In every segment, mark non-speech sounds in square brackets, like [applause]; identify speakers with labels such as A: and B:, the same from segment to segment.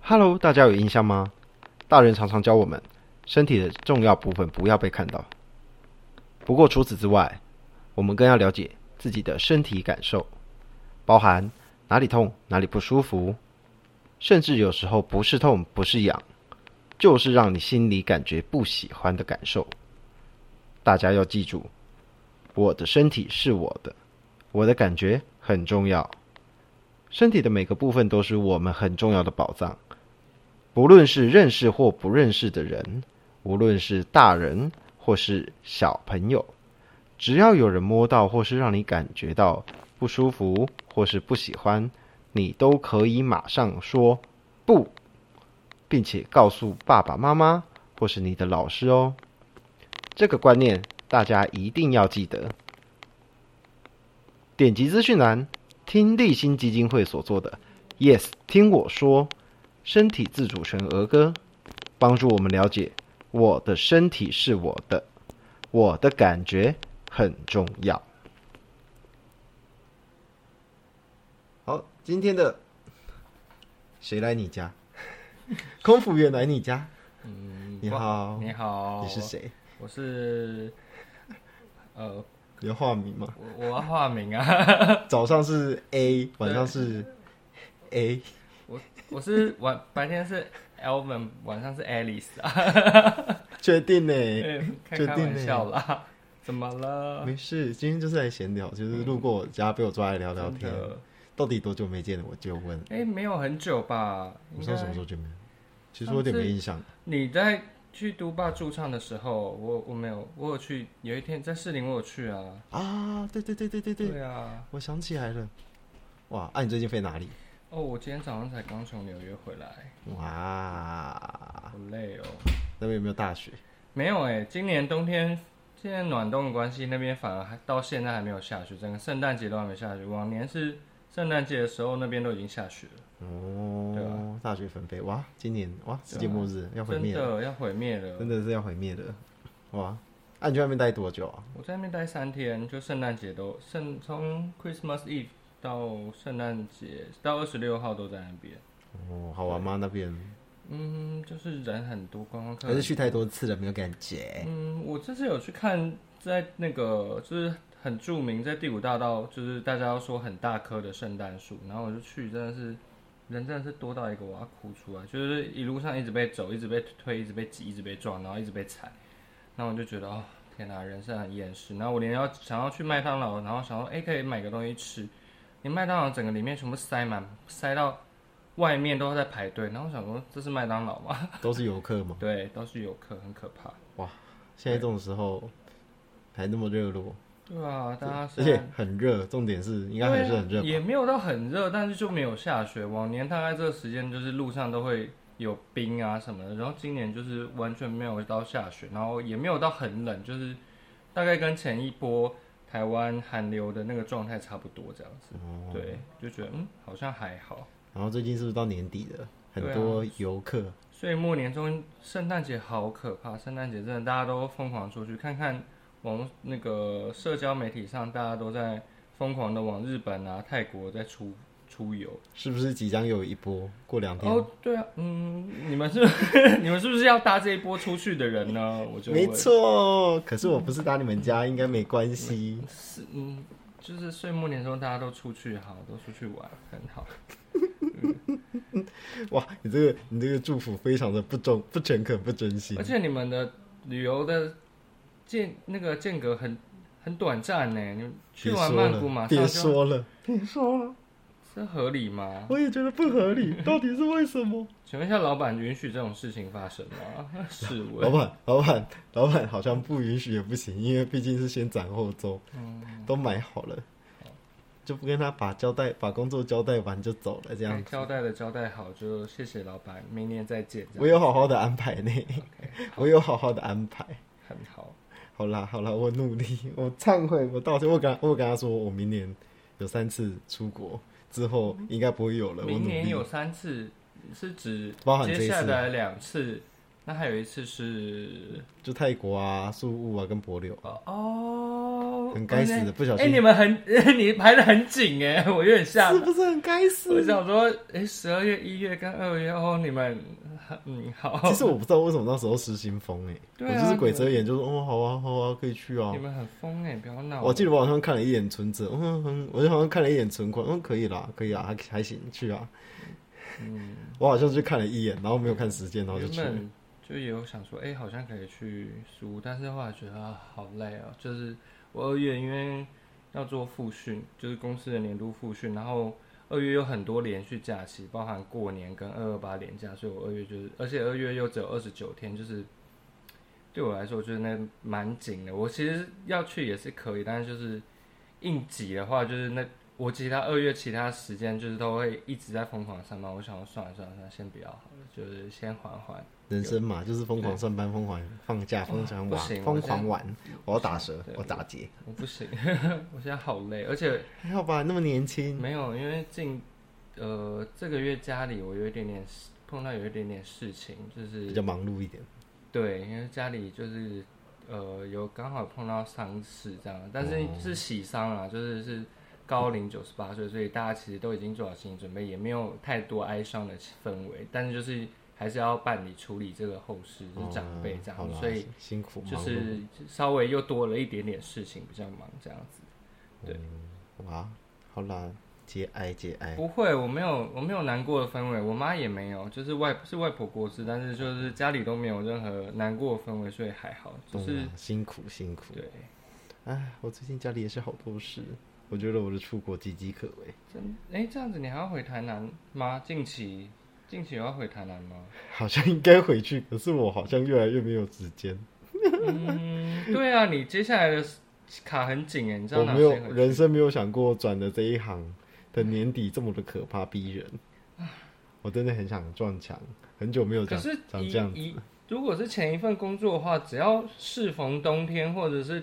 A: Hello，大家有印象吗？大人常常教我们，身体的重要部分不要被看到。不过除此之外，我们更要了解自己的身体感受，包含哪里痛、哪里不舒服，甚至有时候不是痛、不是痒，就是让你心里感觉不喜欢的感受。大家要记住，我的身体是我的，我的感觉很重要。身体的每个部分都是我们很重要的宝藏，不论是认识或不认识的人，无论是大人或是小朋友，只要有人摸到或是让你感觉到不舒服或是不喜欢，你都可以马上说不，并且告诉爸爸妈妈或是你的老师哦。这个观念大家一定要记得。点击资讯栏。听立新基金会所做的 “Yes，听我说”身体自主权儿歌，帮助我们了解我的身体是我的，我的感觉很重要。好，今天的谁来你家？ [laughs] 空服员来你家？
B: 嗯
A: 你
B: 哇
A: 好
B: 你好，
A: 你是？谁？
B: 我是，呃，
A: 你的化名吗？
B: 我我要化名啊，
A: 早上是 A，晚上是 A。
B: 我是晚白天是 Elvin，晚上是 Alice 啊，嗯
A: 确定呢、
B: 开
A: 确
B: 开
A: 定
B: 玩
A: 欸
B: 笑啦，怎么了？
A: 没事，今天就是来闲聊，就是路过我家被我抓来聊聊天
B: 真。的
A: 到底多久没见了？我就问，
B: 哎，没有很久吧？
A: 我知道什么时
B: 候？
A: 候见面？其实我有点没印象。
B: 你在去都坝驻唱的时候，我我没有，我有去，有一天在士林我有去啊，
A: 啊，对对对对对对，
B: 对啊，
A: 我想起来了。哇，啊，你最近飞哪里？
B: 哦，我今天早上才刚从纽约回来，
A: 哇，
B: 好累哦。
A: 那边有没有大雪？
B: 没有哎、今年冬天现在暖冬的关系，那边反而还到现在还没有下雪，整个圣诞节都还没下雪。往年是圣诞节的时候，那边都已经下雪了，对啊
A: 哦，大雪纷飞。哇，今年哇，世界末日要毁
B: 真
A: 灭了，
B: 的要毁灭了。
A: 真的是要毁灭了。哇，啊，你去那边待多久啊？
B: 我在那边待三天，就圣诞节都圣从 Christmas Eve 到圣诞节到二十六号都在那边。
A: 哦，好玩吗？那边
B: 嗯，就是人很多，观光客
A: 还是去太多次了，没有感觉。
B: [laughs] 嗯，我这次有去看，在那个就是很著名，在第五大道，就是大家都说很大棵的圣诞树，然后我就去，真的是人真的是多到一个我要哭出来，就是一路上一直被走，一直被推，一直被挤，一直被撞，然后一直被踩，然后我就觉得哦，天哪、人生很厌世。然后我连要想要去麦当劳，然后想说哎、诶可以买个东西吃，你麦当劳整个里面全部塞满，塞到外面都在排队，然后我想说这是麦当劳吗？
A: 都是游客嘛。
B: 对，都是游客，很可怕。
A: 现在这种时候还那么热络，
B: 对啊，大家
A: 而
B: 虽
A: 且
B: 然
A: 很热，重点是应该还是很热
B: 对啊。也没有到很热，但是就没有下雪。往年大概这个时间就是路上都会有冰啊什么的，然后今年就是完全没有到下雪，然后也没有到很冷，就是大概跟前一波台湾寒流的那个状态差不多这样子。
A: 哦
B: 对，就觉得嗯好像还好。
A: 然后最近是不是到年底了，很
B: 对啊
A: 多游客、
B: 所以末年中，圣诞节好可怕，圣诞节真的大家都疯狂出去看看网那个社交媒体上，大家都在疯狂的往日本啊、泰国在出出游。
A: 是不是即将有一波？过两天、
B: 哦，对啊，嗯，你们是 [laughs] 你们是不是要搭这一波出去的人呢？我就
A: 没
B: 问，
A: 错，可是我不是打你们家，应该没关系。
B: 是嗯，就是岁末年终大家都出去好，都出去玩，很好。嗯
A: 哇，你这个你这个祝福非常的不忠不诚恳不真心
B: 而，且你们的旅游的间那个间隔很很短暂呢，你们去
A: 别
B: 完
A: 说
B: 曼谷马
A: 了，
B: 上
A: 别
B: 就
A: 说了，别说了，
B: 这合理吗？
A: 我也觉得不合
B: [laughs]
A: 理，到底是为什么？
B: 请问一下，老板允许这种事情发生吗？ [laughs] 是
A: 老 [laughs]
B: 我
A: 板，老板，老板好像不允许也不行，因为毕竟是先斩后奏，
B: 嗯
A: 都买好了，就不跟他把交代把工作交代完就走了这样。
B: 哎交代的交代好，就谢谢老板，明年再见。这
A: 我
B: 样
A: 有好好的安排呢， [laughs] 我有好好的安排。
B: 很好，
A: 好啦，好啦，我努力，我忏悔，我道歉，我跟他我跟他说，我明年有三次出国，之后应该不会有了。我
B: 嗯明
A: 努
B: 年
A: 力。
B: 有三次，是指
A: 包含这一次
B: 接下来两次，那还有一次是
A: 就泰国啊、宿务啊跟帛琉，
B: 哦哦
A: 很该死的，不小
B: 哎、
A: 心
B: 你们很， [laughs] 你排的很紧哎、 [laughs] 我有点吓
A: 是
B: 到。
A: 不是很该
B: 我
A: 死？
B: 想说，哎、十二月、一月跟二月哦，你们，嗯，好，
A: 其实我不知道为什么那时候失心疯哎、
B: 对啊
A: 我就是鬼遮眼，就是哦好啊好啊可以去啊
B: 你。们很疯哎、不要闹。
A: 我记得我好像看了一眼存折，嗯嗯，我就好像看了一眼存款，嗯可以啦可以啊还还行去啊。
B: 嗯
A: 我好像去看了一眼，然后没有看时间，然后就
B: 原
A: 去了。
B: 本就也有想说，哎、好像可以去苏，但是后来觉得啊，好累哦。就是我二月因为要做复训，就是公司的年度复训，然后二月有很多连续假期，包含过年跟二二八连假，所以我二月就是，而且二月又只有二十九天，就是对我来说就是那蛮紧的。我其实要去也是可以，但是就是硬挤的话，就是那。我其他二月其他时间就是都会一直在疯狂上班，我想说算了算了算了，先不要好了，就是先缓缓。
A: 人生嘛，就是疯狂上班、疯狂放假、疯狂
B: 啊不
A: 玩、
B: 行
A: 疯狂玩。我要打折，
B: 对
A: 我打劫，
B: 我不行， [laughs] 我现在好累，而且
A: 还好吧？那么年轻，
B: 没有，因为近呃这个月家里我有一点点事碰到有一点点事情，就
A: 比
B: 是
A: 较忙碌一点。
B: 对，因为家里就是呃有刚好碰到丧事这样，但
A: 哦
B: 是是喜丧啊，就是是高龄九十八岁，所以大家其实都已经做好心理准备，也没有太多哀伤的氛围，但是就是还是要办理处理这个后事，就是长辈这
A: 嗯好
B: 样，
A: 啦
B: 所以
A: 辛苦
B: 就
A: 忙碌。
B: 是稍微又多了一点点事情，比较忙这样子。
A: 哇，好啦，节哀节哀。
B: 不会，我没有，我没有难过的氛围，我妈也没有，就是外是外婆过世，但是就是家里都没有任何难过的氛围，所以还好，就
A: 懂
B: 是
A: 了，辛苦辛苦。
B: 对，
A: 哎，我最近家里也是好多事，我觉得我的出国岌岌可危。 [laughs]
B: 真哎，这样子你还要回台南吗？近期近期有要回台南吗？
A: 好像应该回去，可是我好像越来越没有时间。
B: 嗯，对啊，你接下来的卡很紧哎，你知道
A: 我
B: 哪
A: 没
B: 些
A: 有
B: 回去？
A: 人生没有想过转的这一行的年底这么的可怕逼人。我真的很想撞墙，很久没有
B: 可
A: 讲
B: 是
A: 讲
B: 一
A: 这样子。
B: 一如果是前一份工作的话，只要适逢冬天或者是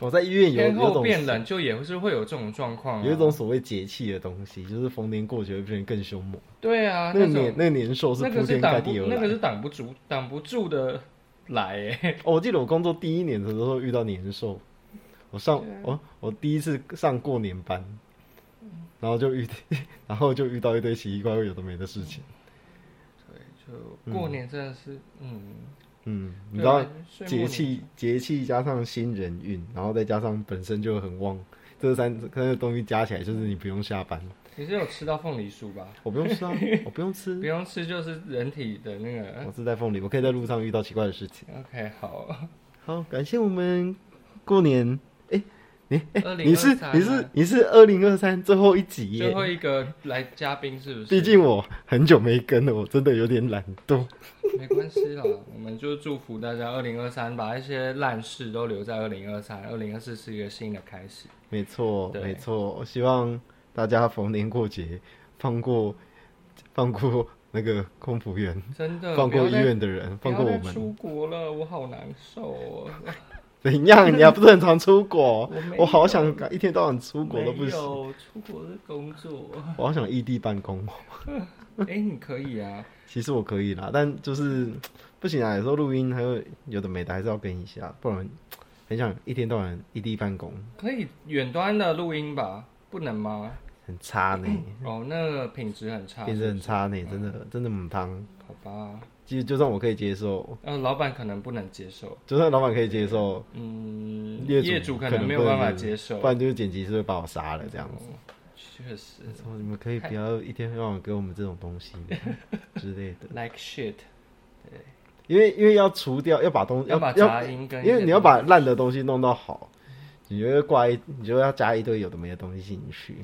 A: 我在医院有
B: 天
A: 有
B: 后
A: 种
B: 变冷，就也是会有这种状况、啊。
A: 有一种所谓节气的东西，就是逢年过节会变得更凶猛。
B: 对啊，
A: 那个
B: 那种
A: 年那个年兽是
B: 那
A: 铺
B: 个
A: 天
B: 是
A: 盖
B: 挡不
A: 地而，
B: 那
A: 来。
B: 个是挡不住、挡不住的来、欸。
A: 哦， [laughs] 我记得我工作第一年的时候遇到年兽，我上
B: 啊
A: 我我第一次上过年班，然后就遇 [laughs] 然后就遇到一堆奇奇怪怪有的没的事情。
B: 对，就过年真的是，嗯，
A: 嗯，你知
B: 对
A: 道
B: 啊岁末
A: 节
B: 年
A: 气节气加上新人运，然后再加上本身就很旺，这三这个东西加起来就是你不用下班，
B: 你是有吃到凤梨酥吧？
A: 我不用吃啊，我不用吃
B: [laughs] 不，用吃就是人体的那
A: 我
B: 个。
A: 自带凤梨，我可以在路上遇到奇怪的事情。
B: OK，好，
A: 好，感谢我们过年，
B: 二零
A: 你是哎你是你是二零二三最后一集
B: 最
A: 耶，
B: 后一个来嘉宾是不是？
A: 毕竟我很久没跟了，我真的有点懒惰。
B: 没关系啦，我们就祝福大家二零二三，把一些烂事都留在二零二三，二零二四是一个新的开始。
A: 没错，
B: 对
A: 没错，我希望大家逢年过节放过放过那个空服员，
B: 真的，
A: 放
B: 不
A: 过
B: 要
A: 医
B: 再
A: 院的人，放过我
B: 不要再
A: 们。
B: 出国了，我好难受哦。？
A: 怎样？你还不是很常出国
B: [laughs] 我没
A: 我好想一天到晚出国都不
B: 没
A: 行，
B: 有出国的工作。
A: 我好想异地办公。哦
B: 哎、你可以啊，
A: 其实我可以啦，但就是不行啊，有时候录音还有有的没的还是要跟一下，不然很想一天到晚异地办公，
B: 可以远端的录音吧？不能吗？
A: 很差呢，
B: 哦，那个品质很嗯差，
A: 变得很差呢，真的真的很汤。
B: 好吧？
A: 其实就算我可以接受，
B: 呃，老板可能不能接受，
A: 就算老板可以接受，
B: 嗯，
A: 业
B: 业
A: 主
B: 可能没有
A: 可能
B: 办
A: 不能
B: 法接受
A: 不，然就是剪辑师会把我杀了这样子。
B: 确实
A: 说你们可以不要一天到晚给我们这种东西吗之类的，
B: ，like shit，
A: 因为因为要除掉，要把东
B: 要把
A: 嗯要
B: 杂音跟
A: 因为你要把烂的东西弄到好，你就会挂一，你就要加一堆有的没的东西进去，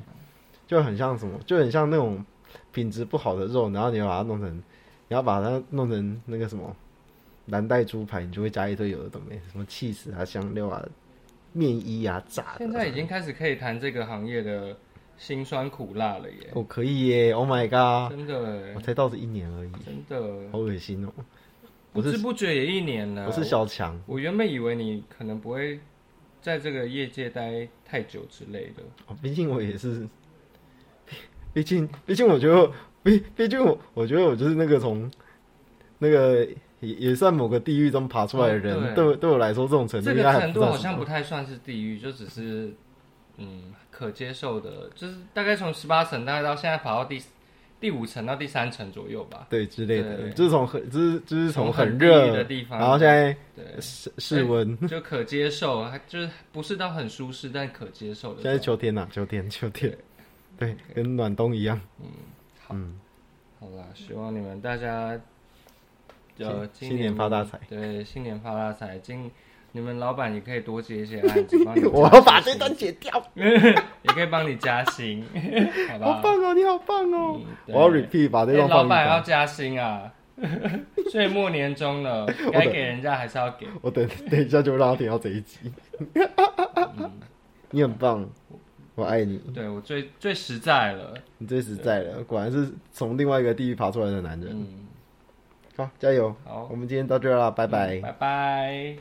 A: 就很像什么，就很像那种品质不好的肉，然后你要把它弄成，你要把它弄成那个什么蓝带猪排，你就会加一堆有的都没的，什么 cheese 啊、香料啊、面衣啊、炸
B: 现在
A: 的。
B: 已经开始可以谈这个行业的辛酸苦辣了耶，
A: 我、可以耶！Oh my god！
B: 真的
A: 我才到职一年而已，
B: 真的，
A: 好恶心哦！
B: 不
A: 我
B: 知
A: 是
B: 不觉也一年了，
A: 我是小强，
B: 我原本以为你可能不会在这个业界待太久之类的，
A: 哦毕竟我也是，毕竟毕竟我觉得，毕毕竟我我觉得我就是那个从那个也也算某个地狱中爬出来的人，
B: 哦对
A: 对我对我来说，这种程度
B: 这
A: 应
B: 个
A: 该还
B: 程
A: 不
B: 度
A: 算
B: 好
A: 什
B: 像
A: 么
B: 不太算是地狱，就只是嗯可接受的，就是大概从十八层大概到现在爬到第第五层到第三层左右吧。
A: 对之类的，
B: 对
A: 就是从很就是就是从
B: 从很地
A: 热
B: 狱的地方
A: 然后现在
B: 对，
A: 室室温，
B: 就可接受，还就是不是到很舒适，但可接受的
A: 现在
B: 这种。
A: 秋天呐、秋天秋天，对，跟暖冬一样。
B: 好啦，希望你们大家呃
A: 新新年发大财，
B: 对，新年发大财。今你们老板也可以多接一些案子，帮你
A: [laughs] 我
B: 加
A: 要把
B: 薪
A: 这段剪掉，
B: 也可以帮你加
A: [laughs]
B: 薪，好
A: 好
B: 吧？
A: 棒哦，你好棒哦！
B: 嗯对
A: 我要 repeat 把这
B: 哎
A: 段
B: 老
A: 放一
B: 板要
A: 张。
B: 加
A: [laughs]
B: 薪啊！岁末年终了，该给人家还是要给。
A: 我等 [laughs] 等一下就让他听到这一集。 [laughs] 你很棒，我爱你，
B: 对我最最实在了，
A: 你最实在了，果然是从另外一个地狱爬出来的男人。
B: 嗯，
A: 好，加油！
B: 好，嗯
A: 我们今天到这儿了，拜拜。
B: 拜拜。